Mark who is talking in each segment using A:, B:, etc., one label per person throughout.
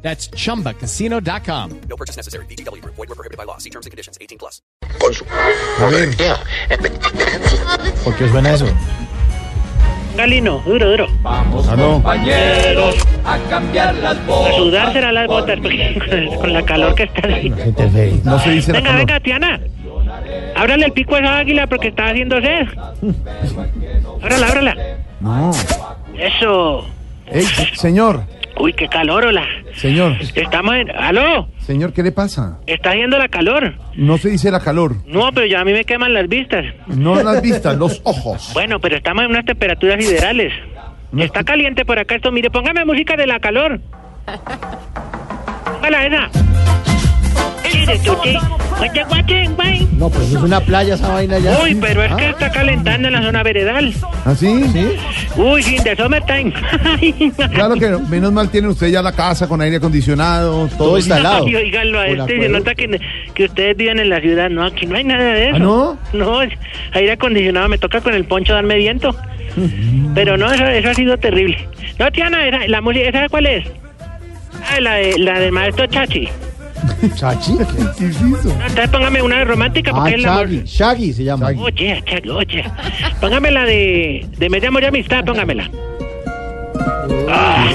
A: That's chumbacasino.com.
B: No purchase necessary. BGW. Void were prohibited by law. See terms and conditions. 18 plus.
C: con su
D: Javier,
C: ¿Por qué suena eso?
E: Galino, duro, duro.
C: Ah, no.
E: A sudar será las botas, porque con, la calor que está haciendo.
C: Se te fe- No se dice la
E: Venga,
C: calor.
E: venga, Tiana. Ábrale el pico a esa águila porque está haciendo sed. Ábrala, ábrala.
C: No.
E: Eso.
C: Ey, se- señor,
E: Uy, qué calor, hola.
C: señor,
E: Estamos en... ¡Aló!
C: señor, ¿qué le pasa?
E: Está haciendo la calor.
C: No se dice la calor.
E: No, pero ya a mí me queman las vistas.
C: No las vistas, los ojos.
E: Bueno, pero estamos en unas temperaturas ideales. Está caliente por acá esto. Mire, póngame música de la calor. Póngala esa. Guache, guache, guay.
C: No, pues es una playa esa vaina ya.
E: Uy, pero es que está calentando en la zona veredal.
C: ¿Ah, sí? Sí.
E: Uy, sin de summertime.
C: Claro que no. Menos mal tiene usted ya la casa con aire acondicionado, todo, instalado.
E: Y oíganlo a este, se nota que, que ustedes viven en la ciudad. No, aquí no hay nada de eso.
C: ¿Ah, no?
E: No, es aire acondicionado, me toca con el poncho darme viento. Pero no, eso, eso ha sido terrible. No, Tiana, esa, la música, ¿esa cuál es? Ah, la, de, la del maestro Chachi.
C: ¿Chachi? ¿Qué hizo?
E: No, Entonces póngame una romántica porque es la...
C: Ah, Shaggy se llama.
E: Oye, Chachi, oye. Póngamela de, de Media Amor y Amistad, póngamela. Ah.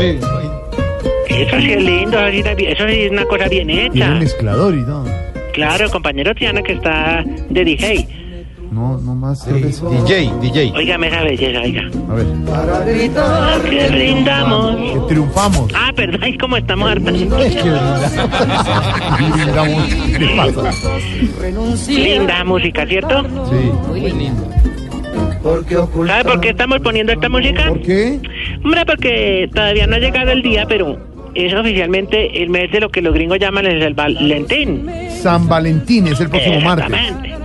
E: Eso sí es lindo, eso sí, está bien- eso sí es una cosa bien
C: Tiene
E: hecha.
C: un mezclador y todo.
E: Claro, el compañero Tiana que está de DJ.
C: No, no más. DJ, DJ.
E: Óigame esa belleza, oiga.
C: A ver.
E: Que
C: Que
E: rindamos.
C: triunfamos.
E: Ah, perdón, es como estamos hartas. Ah.
C: Brindamos. ¿Qué le pasa?
E: Linda música, ¿cierto?
C: Sí.
E: ¿Sabe por qué estamos poniendo esta música?
C: ¿Por qué?
E: Hombre, porque todavía no ha llegado el día, pero es oficialmente el mes de lo que los gringos llaman el Valentín.
C: San Valentín es el próximo martes.
E: Eh, Exactamente.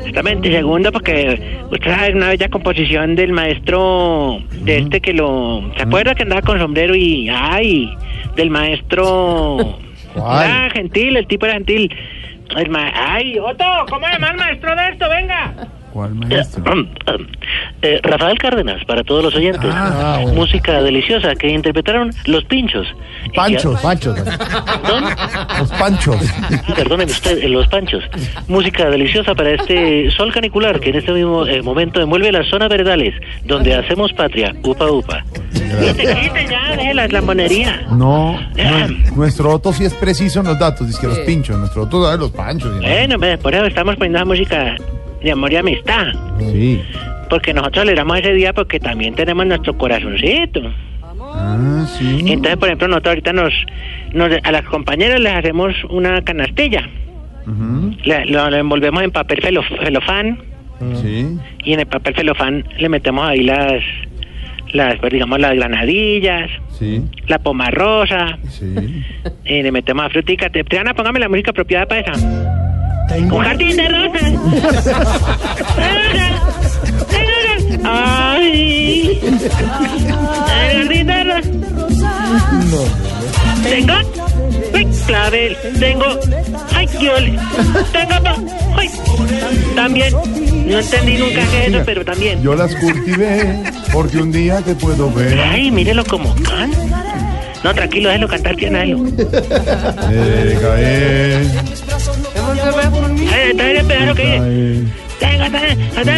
E: Exactamente. Y Segundo, porque usted sabe una bella composición del maestro de este que lo. ¿Se acuerda que andaba con sombrero y. ¡Ay! Del maestro.
C: ¿Cuál?
E: Ah, gentil, el tipo era gentil. El ma- ¡Ay, Otto! ¿Cómo llama el maestro de esto? ¡Venga!
C: ¿Cuál maestro?
F: Eh, Rafael Cárdenas, para todos los oyentes.
C: Ah, bueno.
F: Música deliciosa que interpretaron los pinchos.
C: Panchos, panchos. Los panchos.
F: Ah, Perdónenme usted, eh, los panchos. Música deliciosa para este sol canicular que en este mismo eh, momento envuelve las zonas veredales, donde hacemos patria. Upa, upa.
E: Quite, quite ya, deje la lambonería.
C: No,
E: Eh.
C: no, nuestro Otto sí es preciso en los datos, dice que los pinchos, nuestro Otto sabe los panchos. y nada.
E: Bueno, hombre, por eso estamos poniendo la música de amor y amistad.
C: Sí.
E: Porque nosotros celebramos ese día porque también tenemos nuestro corazoncito.
C: Ah, sí.
E: Entonces, por ejemplo, nosotros ahorita nos, nos- a las compañeras les hacemos una canastilla.
C: Ujú,
E: La- lo, lo envolvemos en papel felo- celofán
C: Sí.
E: y en el papel celofán le metemos ahí las, las pues, digamos, las granadillas,
C: Sí.
E: la poma rosa,
C: Sí.
E: y le metemos la frutica. Te- Triana, póngame la música apropiada para esa. Un jardín de rosas. Rosas, rosas. Ay, el jardín de rosas. Tengo uy, clavel, tengo ay, viol- tengo pa- uy, también. No entendí nunca qué es eso, pero también.
C: Yo las cultivé porque un día te puedo ver.
E: Ay, mírelo como canta. No, tranquilo, déjelo cantar, Triana, déjelo.
C: Cerca es,
E: Ay, está bien, pero lo que dice.
C: eh.
E: Venga,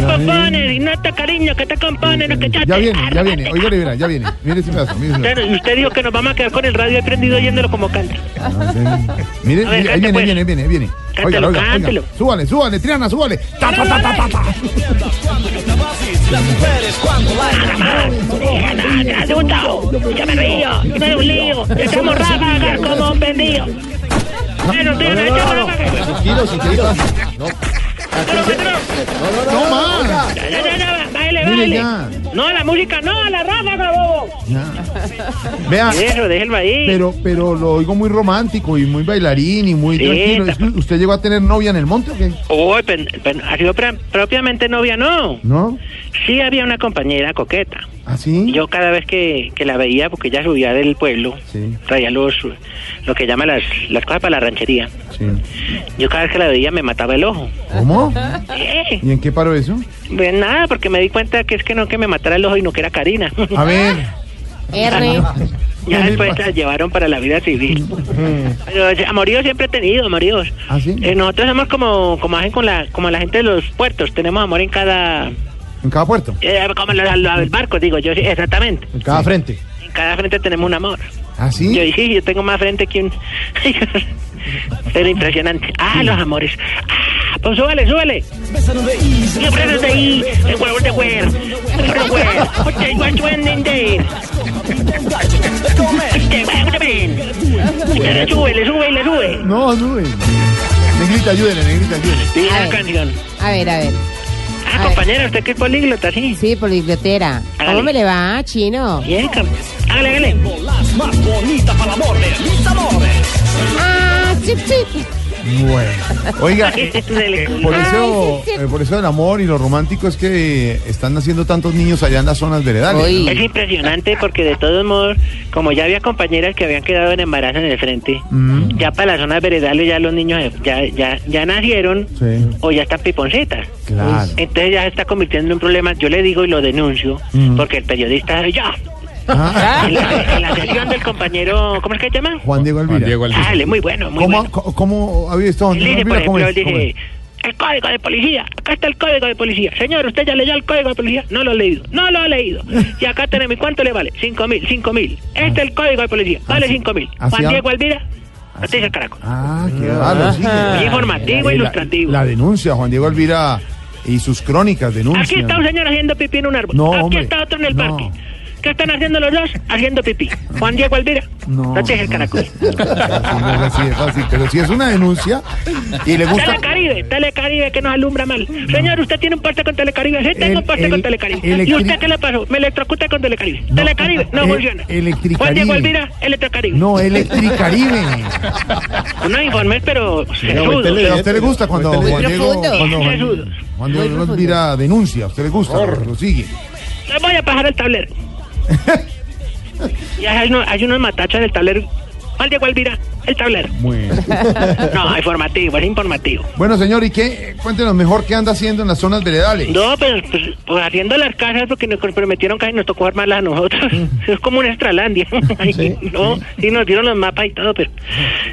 E: no te compones, y no te cariño, que te compones, no que chate.
C: Ya viene, ya viene. Oiga, Rivera, ya viene. Mire si me hace. Mire, si me hace.
E: Bueno, y usted dijo que nos vamos a quedar con el radio ahí prendido oyéndolo como canta.
C: Mire,
E: A ver,
C: mire, ahí
E: cante,
C: viene,
E: pues.
C: viene, viene, viene.
E: Cántelo,
C: Oiga, oiga, oiga.
E: cántelo.
C: Súbale, súbale, Triana, súbale. Ta, ta, ta, ta, ta, ta.
E: Nada, de un tao. Yo me río, yo me un lío. Estamos ráfagas como un vendido. Bueno, tío, no, no, no, no.
C: Tranquilo, si quieres. No más.
E: Ya, ya, ya, bájale,
C: Mire,
E: bájale.
C: ya.
E: No a la música, no a la ráfaga, bobo.
C: Ya. Vea,
E: Eso, déjelo ahí.
C: pero, pero lo oigo muy romántico y muy bailarín y muy
E: Sí,
C: tranquilo.
E: está-
C: Es que ¿Usted llegó a tener novia en el monte o qué?
E: Uy, pen- pen- ha sido pra- propiamente novia, no.
C: ¿No? ¿Ah,
E: Sí había una compañera coqueta.
C: ¿Así?
E: Yo cada vez que, que la veía, porque ella subía del pueblo,
C: Sí.
E: traía los, lo que llaman las, las cosas para la ranchería.
C: Sí.
E: Yo cada vez que la veía me mataba el ojo.
C: ¿Cómo?
E: Eh,
C: ¿Y en qué paró eso?
E: pues nada, porque me di cuenta que es que no que me matara el ojo y no que era Karina.
C: A ver.
D: R.
E: ya después la llevaron para la vida civil. Pero o sea, amoríos siempre he tenido, amoríos.
C: Mm. ¿Ah, sí?
E: Eh, nosotros somos como, como hacen con la, como la gente de los puertos, tenemos amor en cada,
C: En cada puerto.
E: eh, como los, los barcos, digo yo, sí, exactamente.
C: En cada frente. ¿Ah,
E: En cada frente tenemos un amor.
C: ¿Así?
E: Yo sí, yo tengo más frente que un. Pero impresionante. Ah, los amores. Ah, pues súbale, súbale. Y abrazos de ahí, el huevo de huer. El huevo, what they want to end in there. Este, huevo de men. Ahora Súbele, súbele, sube.
C: No, sube. Negrita, ayúdele, negrita, ayúdele.
E: Y
D: A
E: esa
D: ver.
E: canción.
D: A ver, a ver.
E: Ah, compañera, usted que es políglota, sí.
D: Sí, por bibliotera. ¿Cómo
E: Hágale.
D: me le va, chino?
E: Bien, cam- Hágale, hágale.
D: Ah, chip, chip.
C: Bueno. Oiga, eh,
E: Esto se le-
C: por
D: Ay,
C: eso,
D: sí, sí.
C: eh, por eso el amor y lo romántico es que están naciendo tantos niños allá en las zonas veredales.
D: Uy.
E: Es impresionante porque de todos modos, como ya había compañeras que habían quedado en embarazo en el frente,
C: Mm.
E: ya para las zonas veredales ya los niños eh, ya ya, ya nacieron
C: Sí.
E: o ya están piponcitas.
C: Claro.
E: Entonces ya se está convirtiendo en un problema. Yo le digo y lo denuncio
C: Mm.
E: porque el periodista soy yo.
C: Ah,
E: En la, en la sesión del compañero, ¿cómo es que se llama?
C: Juan Diego Alvira.
E: Ah, él es muy bueno, muy
C: ¿Cómo,
E: bueno.
C: co- ¿Cómo ha visto Juan
E: Él
C: Diego
E: dice, por
C: Alvira? ¿Cómo
E: ejemplo, él
C: es? ¿Cómo
E: dice, el código de policía, acá está el código de policía. Señor, ¿usted ya leyó el código de policía? No lo he leído, no lo he leído. Y acá tenemos, ¿cuánto le vale? Cinco mil, cinco mil. Este es el código de policía, vale
C: Así-
E: cinco mil.
C: así
E: Juan
C: habla-
E: Diego Alvira, no te dice el caraco.
C: Ah, qué bárbaro, sí.
E: Muy informativo,
C: La-
E: ilustrativo.
C: La, denuncia, Juan Diego Alvira y sus crónicas denuncian.
E: Aquí está un señor haciendo pipí en un árbol.
C: No,
E: Aquí
C: hombre,
E: está otro en el
C: no.
E: parque. ¿Qué están haciendo los dos? Haciendo pipí. Juan Diego Alvira.
C: No,
E: No, te dejes el caracol.
C: no, no, no, no, no, sí, es fácil, pero si es una denuncia y le gusta.
E: Telecaribe, Telecaribe que nos alumbra mal. Señor, usted tiene un parte con Telecaribe. Sí, tengo
C: El-
E: un parte
C: el-
E: con Telecaribe.
C: el
E: ¿Y
C: electri-
E: usted qué le pasó? Me electrocuta con Telecaribe.
C: No,
E: telecaribe no
C: el-
E: funciona.
C: Electricaribe.
E: Juan Diego Alvira, Electrocaribe.
C: No, Electricaribe.
E: No informes, pero sesudos.
C: Pero a usted le gusta cuando
D: Muy
C: Juan Diego,
D: profundo.
C: cuando Juan,
E: Sesudos.
C: Juan Diego
D: Muy profundo.
C: Alvira denuncia, a usted le gusta, lo sigue.
E: Les voy a pasar el tablero. ya hay, uno- hay unos matachos en el tablero. Juan Diego Alvira, el tablero.
C: Bueno.
E: No, informativo, es informativo.
C: Bueno, señor, ¿y qué? Cuéntenos mejor qué anda haciendo en las zonas veredales.
E: No, pero pues, pues, haciendo las casas porque nos comprometieron casi nos tocó armarlas a nosotros. Eso es como una extralandia. Ahí,
C: Sí,
E: no, sí nos dieron los mapas y todo, pero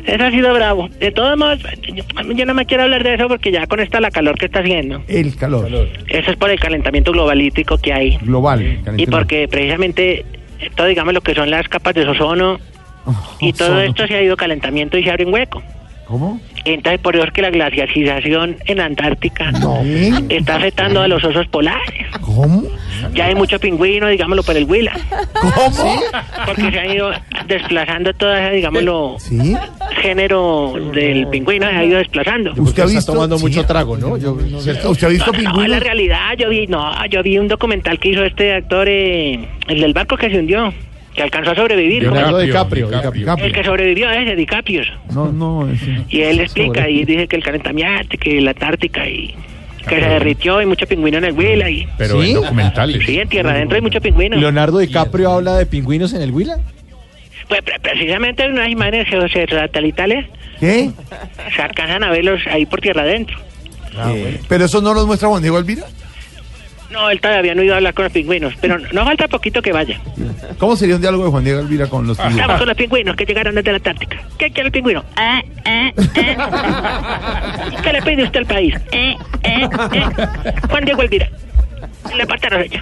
E: eso ha sido bravo. De todos modos, yo, yo no me quiero hablar de eso porque ya con esta la calor que está haciendo.
C: El calor,
E: Eso es por el calentamiento globalítico que hay.
C: global.
E: Y
C: calentamiento.
E: porque precisamente eh, todo, digamos, lo que son las capas de ozono
C: Ah,
E: y todo
C: Ozono.
E: esto se ha ido calentamiento y se abre un hueco.
C: ¿Cómo?
E: Entonces, por eso es que la glacialización en la Antártica
C: No.
E: está afectando a los osos polares.
C: ¿Cómo?
E: Ya hay mucho pingüino, digámoslo, por el Huila,
C: ¿Cómo?
E: porque se han ido desplazando todo ese, digámoslo,
C: ¿Sí?
E: género del pingüino, se ha ido desplazando.
C: ¿Usted ha
G: está
C: visto?
G: tomando mucho trago, ¿no?
C: Yo,
G: Yo-
C: ¿Usted ha visto
E: No, es la
C: pingüinos?
E: realidad, yo vi, no, yo vi un documental que hizo este actor, eh, el del barco que se hundió, que alcanzó a sobrevivir, como-
G: Leonardo DiCaprio. DiCaprio.
E: el que
C: Capri.
E: sobrevivió ese, DiCaprio.
C: No, no. es-
E: Y él explica y dice que el calentamiento, que la Antártica y que se derritió y mucho pingüino en el Huila y
H: Pero en documentales.
E: sí, en tierra adentro hay mucho pingüino.
G: Leonardo DiCaprio habla de pingüinos en el Huila.
E: Pues pre- precisamente en unas imágenes geo- satelitales
C: ¿Qué?
E: se alcanzan a verlos ahí por tierra adentro.
C: Eh, ¿Pero eso no los muestra Juan Diego Alvira?
E: No, él todavía no ha ido a hablar con los pingüinos, pero no falta poquito que vaya.
C: ¿Cómo sería un diálogo de Juan Diego Alvira con los
E: Estamos
C: pingüinos?
E: con los pingüinos que llegaron desde la Antártica. ¿Qué quiere el pingüino? Ah, ah, ah. ¿Qué le pide usted al país? Eh, eh, eh. Juan Diego Elvira. La parte roja.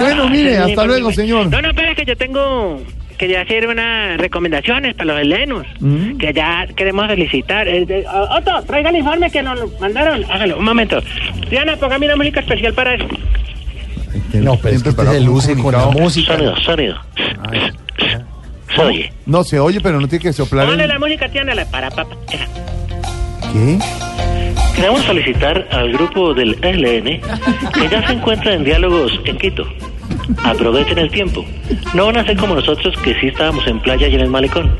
C: Bueno, mire, hasta luego, señor.
E: No, no, espera que yo tengo quería hacer unas recomendaciones para los helenos
C: Mm.
E: que ya queremos felicitar. Eh, de- ah, Otto, traiga el informe que nos lo mandaron. Hágalo, un momento. Diana, póngame una música especial para eso.
G: No, pero es que este se luce con la música.
F: Sonido, sonido.
C: Ay.
F: Se oye.
C: No se oye, pero no tiene que soplar.
E: Póngale
C: el-
E: la música, Diana, la para, para.
C: ¿Qué?
E: Queremos solicitar al grupo del ELN que ya se encuentra en diálogos en Quito. Aprovechen el tiempo. No van a ser como nosotros que sí estábamos en playa y en el malecón.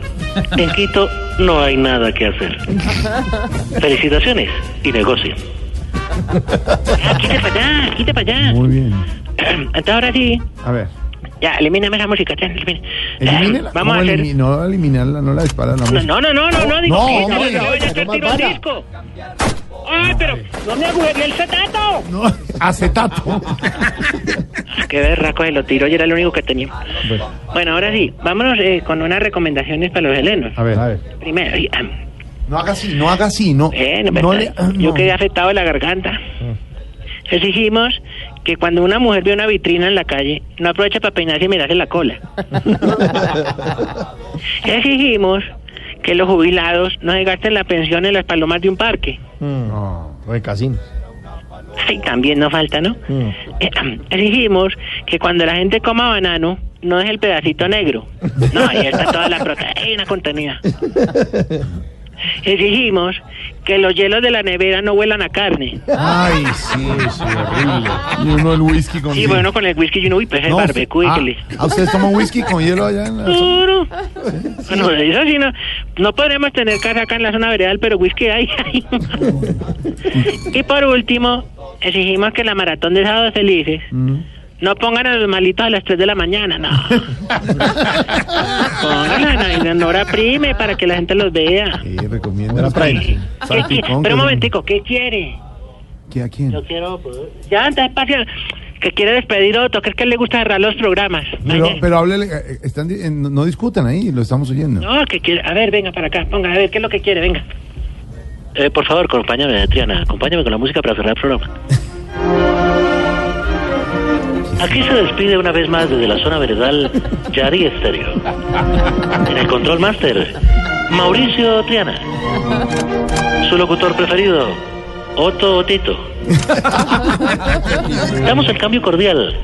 E: En Quito no hay nada que hacer. Felicitaciones y negocio. Ah, quita para allá, quita para allá.
C: Muy bien.
E: Entonces ahora sí,
C: A ver.
E: ya, elimíname esa música, ya, elimina.
C: Elimínela.
E: Vamos a
C: No,
E: hacer...
C: elimi- No eliminarla, no la dispara la música.
E: No, no, no, no, no, digo,
C: no,
E: que
C: hombre,
E: yo ya te
C: no
E: tiro
C: más
E: el
C: vara.
E: disco. Ay, Ah, pero no me agujereé el cetato.
C: No, acetato.
E: Ah, Qué berraco se lo tiró y era lo único que tenía. Bueno, ahora sí, vámonos eh, con unas recomendaciones para los helenos.
C: A ver, a ver.
E: Primero, y, ah,
C: No haga así, no haga así, no.
E: eh, no me-
C: no le- ah, no.
E: yo
C: Ah.
E: quedé afectado de la garganta. Exigimos que cuando una mujer ve una vitrina en la calle, no aproveche para peinarse y mirarse la cola. Exigimos que los jubilados no se gasten la pensión en las palomas de un parque.
C: No.
I: Recasín.
E: Sí, también no falta, ¿no?
I: Mm.
E: Eh, am, exigimos que cuando la gente coma banano, no es el pedacito negro. No, ahí está toda la proteína contenida. Exigimos que los hielos de la nevera no huelan a carne.
C: Ay, sí, sí, horrible. Y uno el whisky con
E: Y bueno, con el whisky y uno, uy, pues el
C: Oh, No,
E: barbecue.
C: ah,
E: que le-
C: ah, ¿Ustedes toman whisky con hielo allá en la zona?
E: Duro. Bueno, eso sí, no, no podremos tener casa acá en la zona veredal, pero whisky hay. y por último, exigimos que la maratón de sábados felices
C: Mm.
E: no pongan a los malitos a las 3 de la mañana, no. Pónganla en- en hora prime para que la gente los vea.
C: Sí, recomienda.
I: Prime.
E: ¿Qué qui- pero un momentico, ¿qué quiere?
C: ¿Qué, ¿A quién?
E: Yo quiero... pues, Ya, anda, espacio. Que quiere despedir a otro, que es que le gusta agarrar los programas.
C: Pero,
E: Mañana.
C: pero háblele, eh, están, di- eh, no no discutan ahí, lo estamos oyendo.
E: No, que quiere. A ver, venga para acá. Ponga, a ver, ¿qué es lo que quiere? Venga. Eh, por favor, acompáñame, Triana. Acompáñame con la música para cerrar el programa. Aquí se despide una vez más desde la zona veredal Yari Estéreo. En el control master, Mauricio Triana. Su locutor preferido, Otto Otito. Damos el cambio cordial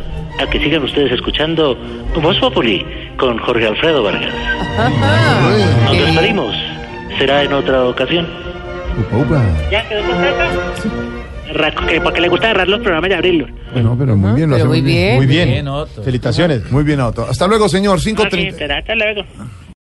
E: a que sigan ustedes escuchando Voz Populi con Jorge Alfredo Vargas. Nos despedimos. Será en otra ocasión.
C: Upa, upa.
E: ¿Ya quedó contento? Raco, que porque le gusta agarrar los programas y abrirlos.
C: Bueno, pero muy bien, lo hacemos
D: pero muy bien.
C: Muy bien.
I: Bien, Otto.
C: Felicitaciones. Muy bien, Otto. Hasta luego, señor.
E: No, sí,
C: 5.30.
E: será, hasta luego.